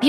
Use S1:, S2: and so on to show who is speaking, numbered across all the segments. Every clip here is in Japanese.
S1: 美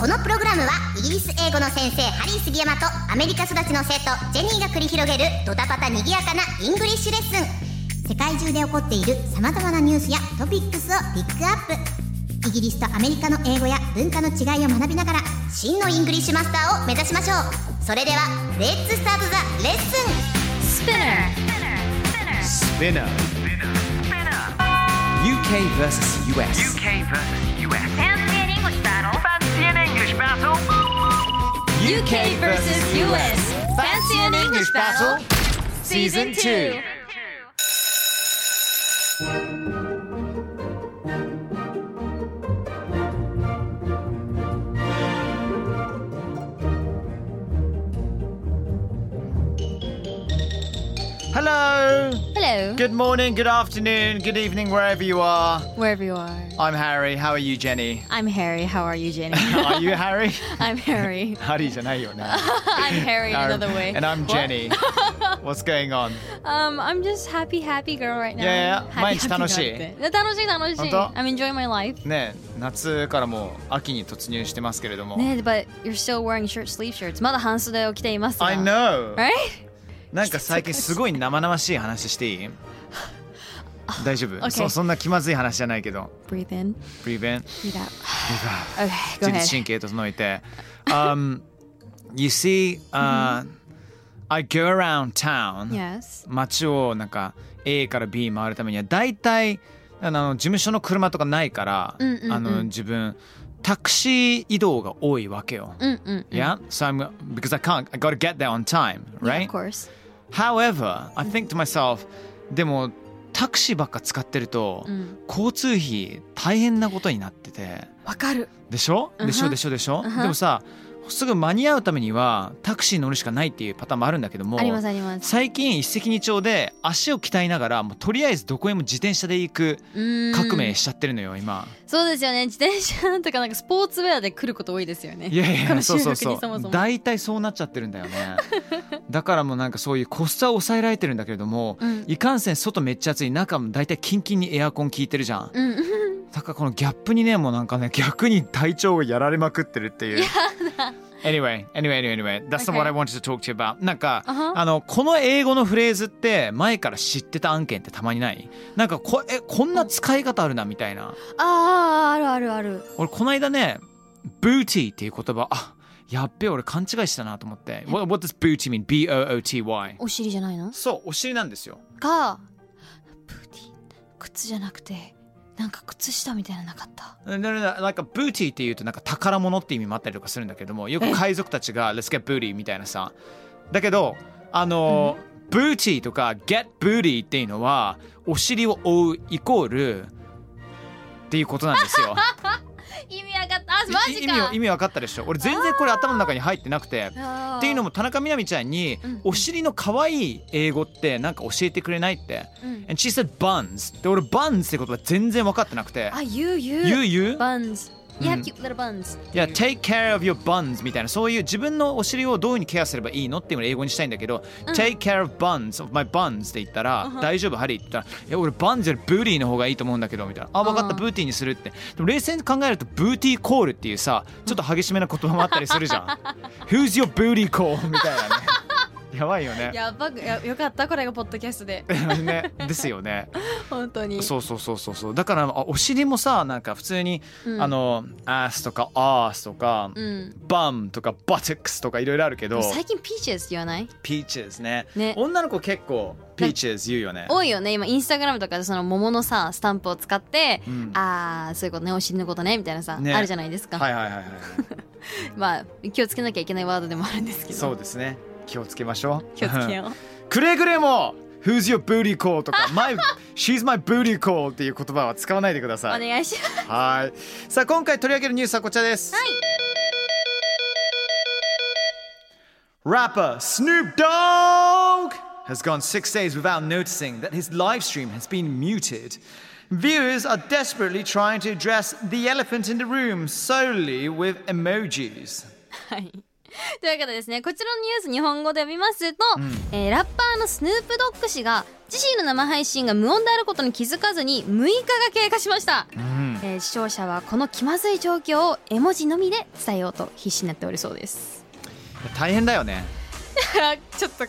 S2: このプログラムはイギリス英語の先生ハリー杉山とアメリカ育ちの生徒ジェニーが繰り広げるドタパタにぎやかなイングリッシュレッスン世界中で起こっている様々なニュースやトピックスをピックアップイギリスとアメリカの英語や文化の違いを学びながら真のイングリッシュマスターを目指しましょうそれではレッツスタートザレッスン
S3: Spinner. UK versus US.
S4: UK versus US. Fancy an English battle. Fancy an English battle.
S3: UK versus US. Fancy an English battle? Season 2. Hello.
S5: Hello,
S3: Good morning, good afternoon, good evening, wherever you are.
S5: wherever you are.
S3: I'm Harry. How are you, Jenny?
S5: I'm Harry. How are you, Jenny?
S3: Are you Harry?
S5: I'm Harry.
S3: Harry じゃないよね。
S5: I'm Harry another way.
S3: And I'm
S5: What?
S3: Jenny. What's going on?
S5: Um, I'm just happy, happy girl right now.
S3: Yeah, yeah.
S5: Happy,
S3: 毎日
S5: happy
S3: 楽しい
S5: girl って楽しい楽し
S3: 本
S5: い。
S3: 当
S5: I'm enjoying my life.
S3: ねえ夏からもう秋に突入してますけれども。
S5: ね、but you're still wearing shirt sleeve shirts. まだ半袖を着ていますが。
S3: I know!
S5: Right?
S3: なんか最近すごい生々しい話して いい大丈夫、
S5: Okay.
S3: そうそんな気まずい話じゃないけど。
S5: Breathe in,
S3: プリベン、
S5: breathe out. Okay,
S3: 自
S5: go ahead.
S3: 律神経整えて。Um, you see,、uh, I go around town.
S5: Yes.
S3: 街をなんか A から B 回るためには大体あの事務所の車とかないから、
S5: うんうんうん
S3: あの自分タクシー移動が多いわけよ。
S5: うんうん。
S3: Yeah, so I'm because I can't, I gotta get there on time,
S5: Yeah,
S3: right?
S5: of course.
S3: However, I think to myself, でもタクシーばっか使ってると、
S5: うん。
S3: 交通費大変なことになってて。
S5: わかる。
S3: でしょでし
S5: う
S3: ょ
S5: ん
S3: でしょでしょ、
S5: うん
S3: でもさ、すぐ間に合うためにはタクシー乗るしかないっていうパターンもあるんだけども。
S5: ありますあります。
S3: 最近一石二鳥で足を鍛えながらもうとりあえずどこへも自転車で行く革
S5: 革
S3: 命。しちゃってるのよ今、
S5: そうですよね。 自転車とかなんかスポーツウェアで来ること多いですよね。
S3: いやい
S5: こ
S3: や
S5: の
S3: そうそう
S5: 収
S3: そ
S5: 録にそもそうも
S3: 大体そうなっちゃってるんだよねだからもうなんかそういうコストは抑えられてるんだけれども
S5: うん。
S3: いかんせん外めっちゃ暑い中も大体キンキンにエアコン効いてるじゃん
S5: うん。
S3: だからこのギャップにねもうなんかね逆に体調をやられまくってるっていう Anyway, anyway, anyway, anyway, that's not
S5: Okay.
S3: what I wanted to talk to you about. なんか、
S5: あは
S3: あのこの英語のフレーズって前から知ってた案件ってたまにないなんかこえこんな使い方あるなみたいな
S5: あああるあるある
S3: 俺この間ね「booty」っていう言葉あやっべ俺勘違いしたなと思って「What, what does booty mean?」「B-O-O-T-Y
S5: お尻じゃない」の
S3: そうお尻なんですよ
S5: かブーティー靴じゃなくてなんか靴下みたいなのなかった
S3: ななななんか booty っていうとなんか宝物って意味もあったりとかするんだけどもよく海賊たちが「Let's get booty」みたいなさだけどあの、booty とか get booty っていうのはお尻を覆うイコールっていうことなんですよ
S5: 意味わかった あマ
S3: い
S5: ジ
S3: 意味
S5: か
S3: を意味分かったでしょ俺全然これ頭の中に入ってなくて
S5: っ
S3: っていうの
S5: も、
S3: も田中みな実ちゃんに
S5: うん
S3: お尻の可愛い英語ってなんか教えてくれないって
S5: うん、
S3: And she said buns で俺 buns って言葉全然分かってなくて
S5: あゆうゆう
S3: 言う言う
S5: バンズいや、
S3: うん
S5: cute little buns
S3: いや、take care of your buns みたいな、そういう自分のお尻をどういうふうにケアすればいいのっていうのを英語にしたいんだけど、take care of buns of my buns って言ったら、大丈夫、ハリーって言ったら、いや、俺、バンズよりブーティーの方がいいと思うんだけど、みたいな。あ、分かった、
S5: うん
S3: ブーティーにするって。でも冷静に考えると、ブーティーコールっていうさ、ちょっと激しめな言葉もあったりする じゃん。Who's your booty call? みたいなね。やばいよね。
S5: やばくやよかったこれがポッドキャストで
S3: ね、ですよね。
S5: 本当に
S3: そうそうそうそうそう。だから、あお尻もさ、なんか普通に、
S5: うん
S3: あの、ass とか arse とか、
S5: うん
S3: バンとかバテックスとかいろいろあるけど
S5: 最近 peaches って言わない
S3: ピーチェズね
S5: ね
S3: 女の子結構ピーチェズ言うよね
S5: 多いよね今インスタグラムとかでその桃のさスタンプを使って、
S3: うん
S5: ああそういうことねお尻のことねみたいなさ、
S3: ね
S5: あるじゃないですか、
S3: はいはいはいはい
S5: まあ気をつけなきゃいけないワードでもあるんですけど
S3: そうですね気をつけましょう
S5: 気をつけよう
S3: くれぐれも Who's your booty call? と か my, She's my booty call っていう言葉は使わないでくだ
S5: お
S3: さい。
S5: 願いします
S3: はい。さあ、今回取り上げるニュースはこちらです。Rapper Snoop Dogg has gone six days without noticing that his live stream has been muted. Viewers are desperately trying to address the elephant in the room solely with emojis.
S5: はい というわけでですねこちらのニュース日本語で見ますと、えーラッパーのスヌープ・ドッグ氏が自身の生配信が無音であることに気づかずに6日が経過しました、
S3: Mm-hmm.
S5: えー視聴者はこの気まずい状況を絵文字のみで伝えようと必死になっておるそうです
S3: 大変だよね。
S5: ちょっと想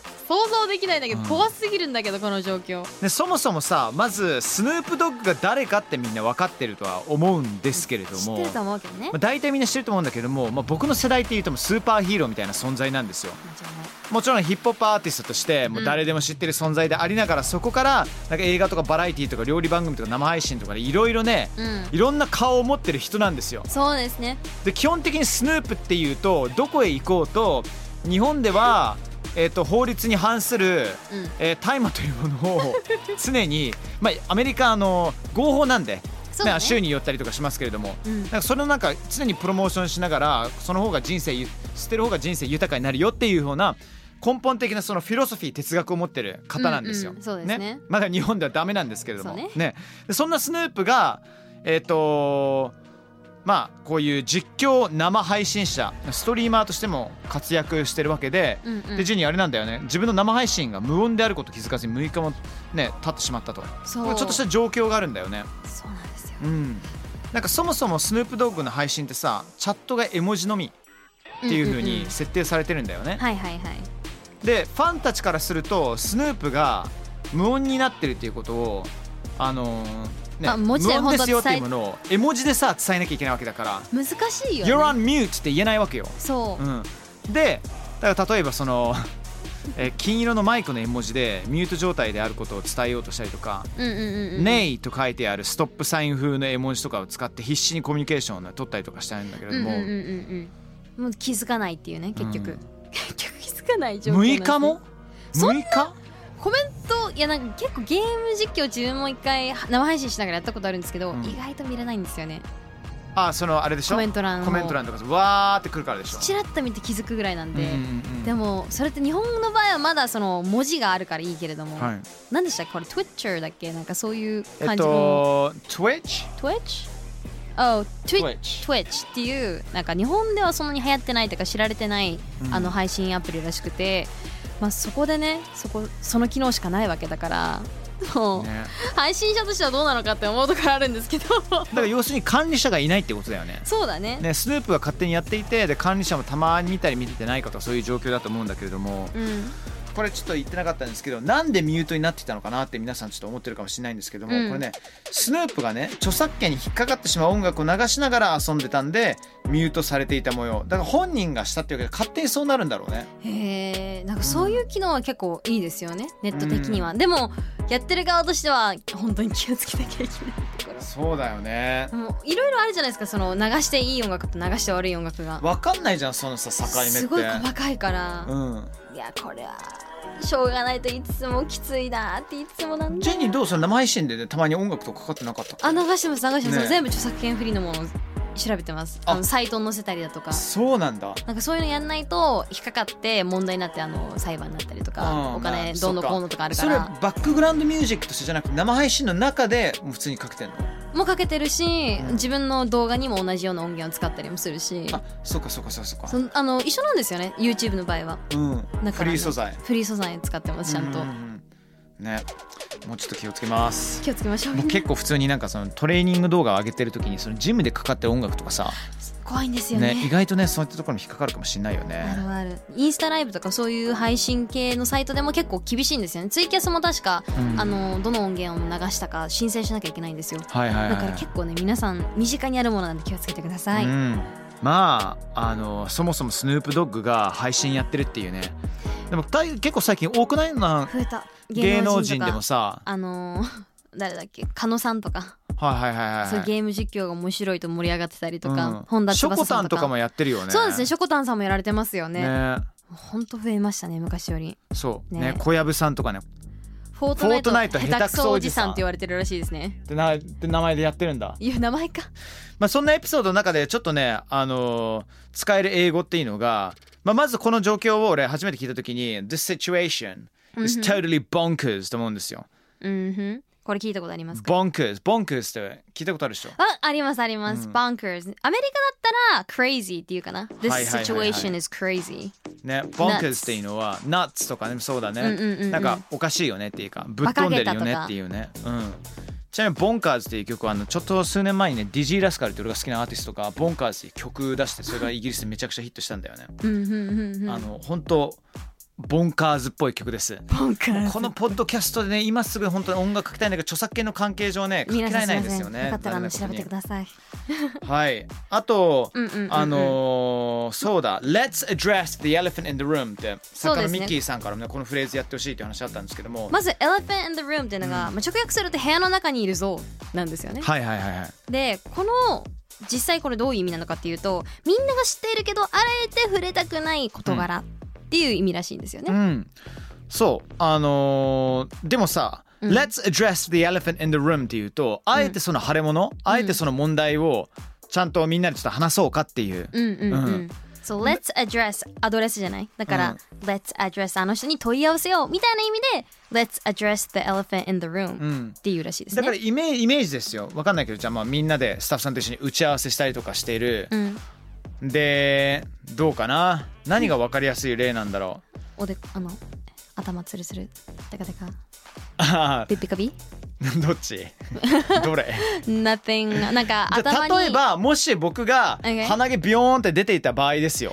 S5: 像できないんだけど怖すぎるんだけどこの状況
S3: でそもそもさまずスヌープドッグが誰かってみんな分かってるとは思うんですけれど
S5: 知っ
S3: も
S5: てると思うけどね
S3: まあ、大体みんな知ってると思うんだけども、まあ、僕の世代っていうともうスーパーヒーローみたいな存在なんですよもちろんヒップホップアーティストとしてもう誰でも知ってる存在でありながら、そこからなんか映画とかバラエティーとか料理番組とか生配信とかでいろいろね、
S5: うん
S3: いろんな顔を持ってる人なんですよ
S5: そうですね
S3: で基本的にスヌープっていうとどこへ行こうと日本では、えー、と法律に反する
S5: うん
S3: えー大麻、というものを常に、まあ、アメリカあの合法なんで、
S5: そうだね
S3: まあ州によったりとかしますけれども、
S5: うん
S3: なんかそれをなんか常にプロモーションしながらその方が人生ゆ捨てる方が人生豊かになるよっていうような根本的なそのフィロソフィー哲学を持ってる方なんですよ。
S5: うんうんそうですね
S3: まだ日本ではダメなんですけれども
S5: そうね
S3: でそんなスヌープがえっ、とまあこういう実況生配信者ストリーマーとしても活躍してるわけで、
S5: うんうん
S3: でジュニーあれなんだよね自分の生配信が無音であることを気づかずに6日もね経ってしまったと
S5: そう
S3: これちょっとした状況があるんだよね
S5: そうなんですよ
S3: うんなんかそもそもスヌープドッグの配信ってさチャットが絵文字のみっていう風
S5: んん
S3: に
S5: ん
S3: 設定されてるんだよね、
S5: はいはいはい
S3: でファンたちからするとスヌープが無音になってるっていうことをあのーね
S5: あ
S3: 無
S5: 文字で
S3: 音ですよ
S5: 本
S3: っ
S5: 当
S3: ていう
S5: は伝え
S3: ものを絵文字でさ伝えなきゃいけないわけだから
S5: 難しい
S3: 「
S5: よ、ね、
S3: You're on mute」って言えないわけよ、
S5: そう、
S3: うん、でだから例えばその えー金色のマイクの絵文字でミュート状態であることを伝えようとしたりとか
S5: うんうんうん
S3: 「
S5: うん
S3: Nay」と書いてあるストップサイン風の絵文字とかを使って必死にコミュニケーションを取ったりとかしたいんだけれ
S5: うん
S3: ど
S5: う
S3: も、
S5: んうんうんうんもう気づかないっていうね結局、
S3: うん
S5: 結局気づかない状況なんですね
S3: 6日も
S5: そん
S3: ?6 日
S5: コメントいやなんか結構ゲーム実況自分も一回生配信しながらやったことあるんですけど、
S3: うん
S5: 意外と見れないんですよね
S3: あそのあれでしょ
S5: コメント欄を
S3: コメント欄とかわーってくるからでしょ
S5: ちらっと見て気づくぐらいなんで、
S3: うんうんうん
S5: でもそれって日本の場合はまだその文字があるからいいけれども、
S3: はい、
S5: 何でしたっけこれ Twitcher だっけなんかそういう
S3: えっ
S5: 感じの、
S3: と Twitch?
S5: Twitch? Oh, Twitch
S3: Twitch
S5: Twitch っていうなんか日本ではそんなに流行ってないとか知られてない、あの配信アプリらしくて、まあ、そこでねそこその機能しかないわけだからもう、
S3: ね、
S5: 配信者としてはどうなのかって思うところあるんですけど
S3: だから要するに管理者がいないってことだよね
S5: そうだね
S3: ねスヌープが勝手にやっていてで管理者もたまに見たり見ててないかとかそういう状況だと思うんだけれども
S5: うん
S3: これちょっと言ってなかったんですけどなんでミュートになってたのかなって皆さんちょっと思ってるかもしれないんですけども、
S5: うん
S3: これねスヌープがね著作権に引っかかってしまう音楽を流しながら遊んでたんでミュートされていた模様だから本人がしたっていうわけで勝手にそうなるんだろうね
S5: へえんかそういう機能は結構いいですよねネット的には、でもやってる側としては本当に気をつけなきゃいけないとこ
S3: そうだよね
S5: ろもういろいろあるじゃないですかその流していい音楽と流して悪い音楽が
S3: わかんないじゃんそのさ境目って
S5: すごい細かいから、
S3: うん
S5: いやこれはしょうがないといつもきついなっていつもなん
S3: ジ
S5: だ
S3: ェニーどうその生配信で、ね、たまに音楽とかかかってなかったっけ
S5: あ流してます流してます、
S3: ね
S5: 全部著作権フリーのものを調べてます
S3: あ
S5: あのサイトに載せたりだとか
S3: そうなんだ
S5: なんかそういうのやんないと引っかかって問題になってあの裁判になったりと
S3: あ
S5: か
S3: ー
S5: お金
S3: まあ
S5: どう
S3: そ
S5: の
S3: っか
S5: こうのとかあるか
S3: それ
S5: ら
S3: はバックグラウンドミュージックとしてじゃなくて生配信の中でもう普通にかけてんの
S5: もかけてるし
S3: うん
S5: 自分の動画にも同じような音源を使ったりもするし
S3: あそうかそうかそうかそうか
S5: そのあの一緒なんですよね YouTube の場合は
S3: うん
S5: ら
S3: フリー素材
S5: フリー素材使ってますちゃんと
S3: うんうんうんねもうちょっと気をつけます
S5: 気をつけましょう
S3: もう結構普通になんかそのトレーニング動画を上げてる時にそのジムでかかってる音楽とかさ、
S5: 怖いんですよ
S3: ね
S5: ね、
S3: 意外とねそういったところに引っかかるかもしれないよ
S5: あ
S3: ね
S5: るあるインスタライブとかそういう配信系のサイトでも結構厳しいんですよねツイキャスも確か、
S3: うん
S5: あのどの音源を流したか申請しなきゃいけないんですよ
S3: はいはいはい
S5: だから結構ね皆さん身近にあるものなんで気をつけてください、
S3: うん、まああのそもそもスヌープドッグが配信やってるっていうねでもだい結構最近多くないな
S5: 増えた
S3: 芸能
S5: と
S3: 人
S5: か
S3: でもさ
S5: あの ー誰だっけ狩野さんとか、
S3: はいはいはいはい
S5: そうゲーム実況が面白いと盛り上がってたりとか、
S3: うん
S5: 本田
S3: ショ
S5: 翼
S3: コ
S5: さ
S3: タ
S5: ん
S3: ン
S5: と
S3: と
S5: か
S3: かもやってるよね
S5: そうですねし
S3: ョ
S5: ょこたんさんもやられてますよね
S3: ね
S5: ほんと増えましたね昔より
S3: そうね
S5: ね
S3: 小籔さんとかね
S5: フォートナイト
S3: フォートナイト
S5: 下手くそおじさんって言われてるらしいですね
S3: ってなって名前でやってるんだ
S5: いや名前か
S3: まあ、そんなエピソードの中でちょっとね、あのー使える英語っていうのが、まあ、まずこの状況を俺初めて聞いた時に「This situation is totally bonkers」と思うんですよ。
S5: うんふんこれ聞いたことありますか
S3: bonkers bonkers って聞いたことあるでしょ
S5: あありますあります、バン bonkers アメリカだったら crazy っていうかな this
S3: はいはいはいはい
S5: situation is crazy
S3: ね bonkers っていうのは nuts とかねそうだね、
S5: うんうんうんうん
S3: なんかおかしいよねっていうかぶっ飛んでるよねっていうね。うんちなみにボンカーズっていう曲はあのちょっと数年前にねディジー・ラスカルって俺が好きなアーティストがボンカーズっていう曲出してそれがイギリスでめちゃくちゃヒットしたんだよね。
S5: うんふんふんふん
S3: あの本当ボンカーズっぽい曲です。
S5: bonkers
S3: このポッドキャストでね今すぐ本当に音楽かけたいんだけど著作権の関係上ねかけ
S5: 皆さ
S3: られ
S5: んす
S3: ないいんで
S5: ません
S3: す
S5: よ
S3: よね。
S5: かったらあの調べてく
S3: さ
S5: ださい
S3: い。はい。あと、
S5: うんうんうんうん
S3: あのーそうだ「Let's address the elephant in the room」って
S5: そう
S3: 作家
S5: で
S3: の
S5: すね
S3: ミッキーさんからもねこのフレーズやってほしいっていう話あったんですけども。
S5: まず elephant in the room っていうのが、まあ、直訳すると部屋の中にいるぞなんですよね
S3: はいはいはいはい。
S5: でこの実際これどういう意味なのかっていうとみんなが知っているけどあえて触れたくない事柄っていう意味らしいんですよね、
S3: うん。そう。あのーでもさ、
S5: うん
S3: Let's address the elephant in the room っていうと、あえてその腫れ物、あえてその問題をちゃんとみんなでちょっと話そうかっていう。
S5: うんうんうん、
S3: うん
S5: そう Let's address アドレスじゃないだから、Let's address あの人に問い合わせようみたいな意味で Let's address the elephant in the room、
S3: うん
S5: っていうらしいです
S3: だから
S5: ね
S3: イメージイメージですよわかんないけどじゃあまあみんなでスタッフさんと一緒に打ち合わせしたりとかしている、
S5: うん
S3: でどうかな何がわかりやすい例なんだろう
S5: おであの頭つるつるテカテカ
S3: あ
S5: ピッピカピ
S3: ー どっちどれ
S5: Nothing なんか
S3: じゃ
S5: 頭
S3: あ
S5: に
S3: 例えばもし僕が
S5: Okay
S3: 鼻毛ビヨーンって出ていた場合ですよ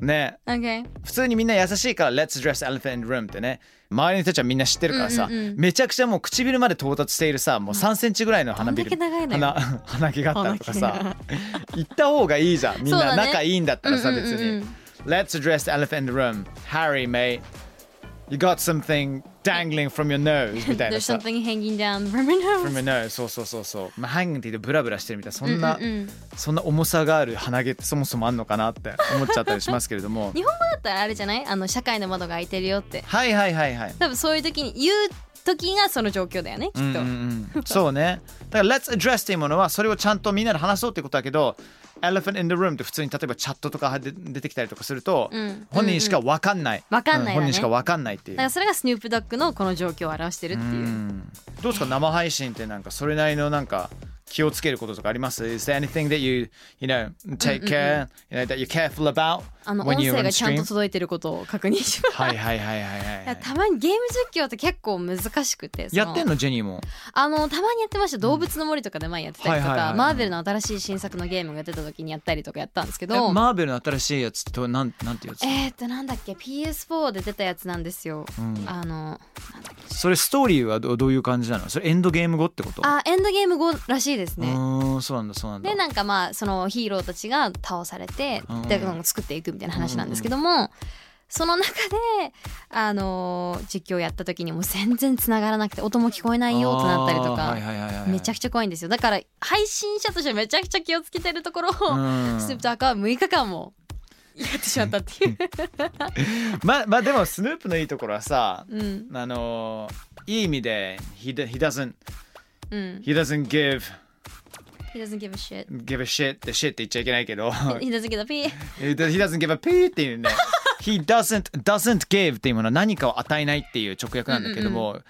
S3: ね
S5: OK
S3: 普通にみんな優しいから Let's dress elephant in the room ってね周りの人たちはみんな知ってるからさ、
S5: うんうんうん
S3: めちゃくちゃもう唇まで到達しているさもう3センチぐらいの鼻びる
S5: どんだけ長いのよ
S3: 鼻鼻毛があったらとかさ行った方がいいじゃんみん
S5: そう
S3: な
S5: だね
S3: 仲いいんだったらさ、
S5: うんうんう
S3: 別
S5: んうん
S3: に、Let's dress the elephant in the room Harry mate You got something dangling from your nose みたいな
S5: There's
S3: さ
S5: something hanging down from your
S3: From
S5: nose
S3: your nose そうそうそうそう、まあ、hanging って言ってブラブラしてるみたいなそんな、
S5: うんうんうん
S3: そんな重さがある鼻毛ってそもそもあんのかなって思っちゃったりしますけれど も
S5: 日本語だったらあれじゃないあの社会の窓が開いてるよって
S3: はいはいはいはい
S5: 多分そういう時に言う時がその状況だよねきっと、
S3: うんうんうん、そうねだから Let's address っていうものはそれをちゃんとみんなで話そうってことだけど Elephant in the room って普通に例えばチャットとかで出てきたりとかすると、
S5: うん
S3: 本人しか分かんない、
S5: わかんないだね
S3: 本人しか分かんないっていう
S5: だからそれがスヌープドッグのこの状況を表してるっていう、
S3: どうですか生配信ってなんかそれなりのなんか気をつけることとかあります Is there anything that you you know take care、you know that you're careful about
S5: あの
S3: when
S5: 音
S3: you're
S5: 声
S3: on
S5: がちゃんと
S3: stream?
S5: 届いてることを確認します
S3: はいはいはいはいはいい
S5: やたまにゲーム実況って結構難しくてその
S3: やってんのジェニーも
S5: あのたまにやってました動物の森とかで前やってたりと
S3: はいはい
S5: か
S3: はい
S5: マーベルの新しい新作のゲームが出た時にやったりとかやったんですけ
S3: え
S5: ど
S3: マーベルの新しいやつとなんなんていうやつ
S5: えーっとなんだっけ PS4 で出たやつなんですよ、あの
S3: それストーリーはどどういう感じなのそれエンドゲーム後ってこと
S5: あエンドゲーム後らしいです
S3: う
S5: ね、
S3: ーんそうなんだそうなんだ
S5: でなんかまあそのヒーローたちが倒されて
S3: うん
S5: で作っていくみたいな話なんですけども、その中であのー実況やった時にもう全然繋がらなくて音も聞こえないよってなったりと
S3: あーはいはいはいは
S5: か
S3: い
S5: めちゃくちゃ怖いんですよだから配信者としてめちゃくちゃ気をつけてるところを
S3: うん
S5: スヌープとアカは6日間もやってしまったっていう。
S3: ままあでもスヌープのいいところはさ、
S5: うん
S3: あのーいい意味で he, do- he doesn't
S5: うん、
S3: he doesn't give
S5: He doesn't give a shit
S3: give a shit the shit って言っちゃいけないけ ど
S5: He doesn't give a pee
S3: he doesn't give a pee っていうね he doesn't doesn't give っていうものは何かを与えないっていう直訳なんだけども、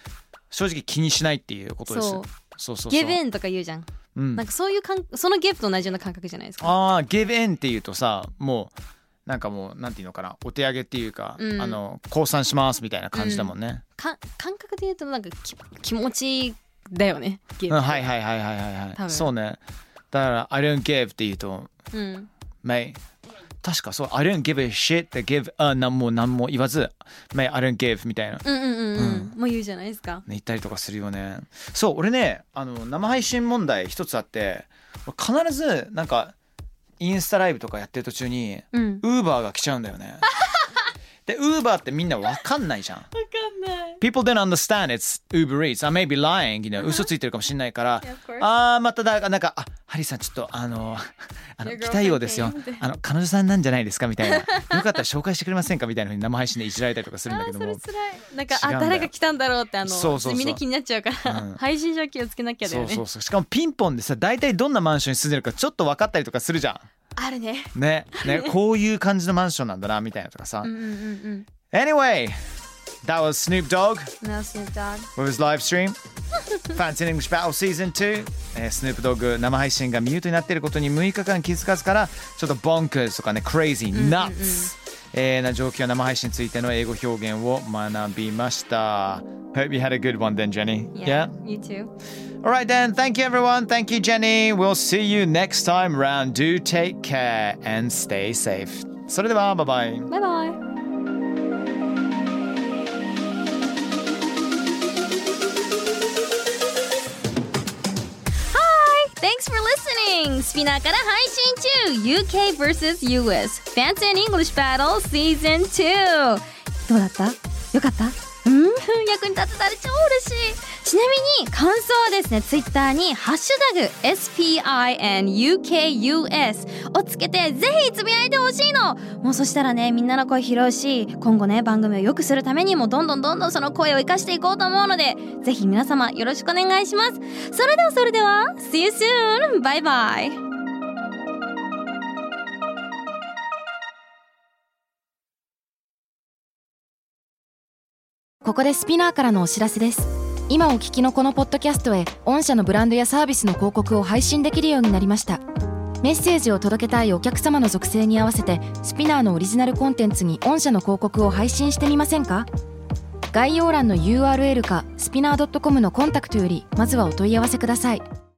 S3: 正直気にしないっていうことです
S5: そう
S3: そうそうそう
S5: Give in とか言うじゃん、
S3: うん
S5: なんかそういうかんその give と同じような感覚じゃないですか
S3: ああ、give in っていうとさ、もう、なんかもう、なんていうのかな、お手上げっていうか、
S5: うん
S3: あの、降参しますみたいな感じだもんね。
S5: か感覚で言うとなんかき気持ちだよねゲー
S3: うん、
S5: ム
S3: はいはいはいはいはい
S5: 多
S3: はい。
S5: 分
S3: そうね。だから、I don't give っていうと、
S5: うん、
S3: mate、確かそう、I don't give a shit って give a なんも何も言わず、mate、I don't give みたいな。
S5: うんうんうんうんもう言うじゃないですか
S3: ね、言ったりとかするよね。そう、俺ね、あの、生配信問題一つあって、俺必ず、なんか、インスタライブとかやってる途中に、
S5: うん
S3: ウーバーが来ちゃうんだよね。で、ウーバーってみんなわかんないじゃん。
S5: 分かんない
S3: people don't understand it's Uber Eats. I may be lying, you know,嘘ついてるかもしれないから。
S5: Yeah, of course.
S3: ああ、まただ、なんか、あ、ハリーさん、ちょっと、あ の、あの、
S5: Your
S3: 来たようですよ
S5: girlfriend came.
S3: あの、彼女さんなんじゃないですかみたいな。よ かったら紹介してくれませんかみたいなふうに生配信でいじられたりとかするんだ
S5: あ
S3: け
S5: ー
S3: ど
S5: それ
S3: も。
S5: つらいなんか
S3: 違うんだ
S5: あ
S3: よ
S5: 誰が来たんだろうってあの
S3: そうそうそう
S5: みんな気になっちゃうから、
S3: うん
S5: 配信者は気をつけなきゃだよ
S3: そう
S5: ね
S3: そうそうしかもピンポンでさ大体どんなマンションに住んでるかちょっと分かったりとかするじゃ
S5: あるね
S3: んね ねこういう感じのマンションなんだなみたいなとかさ
S5: うんうんうん
S3: Anyway that was Snoop Dogg
S5: うんナースネッター
S3: with his live stream Fancy English Battle Season 2、えー、スヌープドッグ生配信がミュートになっていることに6日間気づかずからちょっとボンクスとかね Crazy Nuts、えーな状況や生配信についての英語表現を学びました Hope you had a good one then Jenny
S5: Yeah, you too
S3: All right, then. Thank you, everyone. Thank you, Jenny. We'll see you next time round. Do take care and stay safe. それでは、バイバイ。
S5: バイバイはい Thanks for listening! スピナーから配信中 !UK vs. US Fancy and English Battle Season 2! どうだったよかったうん 役に立てたら超嬉しいちなみに感想はですね、ツイッターにハッシュタグ SPINUKUS をつけてぜひつぶやいてほしいのもうそしたらね、みんなの声拾うし、今後ね、番組を良くするためにもどんどんどんどんその声を生かしていこうと思うので、ぜひ皆様よろしくお願いします。それではそれでは、See you soon! バイバイ
S6: ここでスピナーからのお知らせです今お聞きのこのポッドキャストへ御社のブランドやサービスの広告を配信できるようになりましたメッセージを届けたいお客様の属性に合わせてスピナーのオリジナルコンテンツに御社の広告を配信してみませんか概要欄の URL かスピナー .com のコンタクトよりまずはお問い合わせください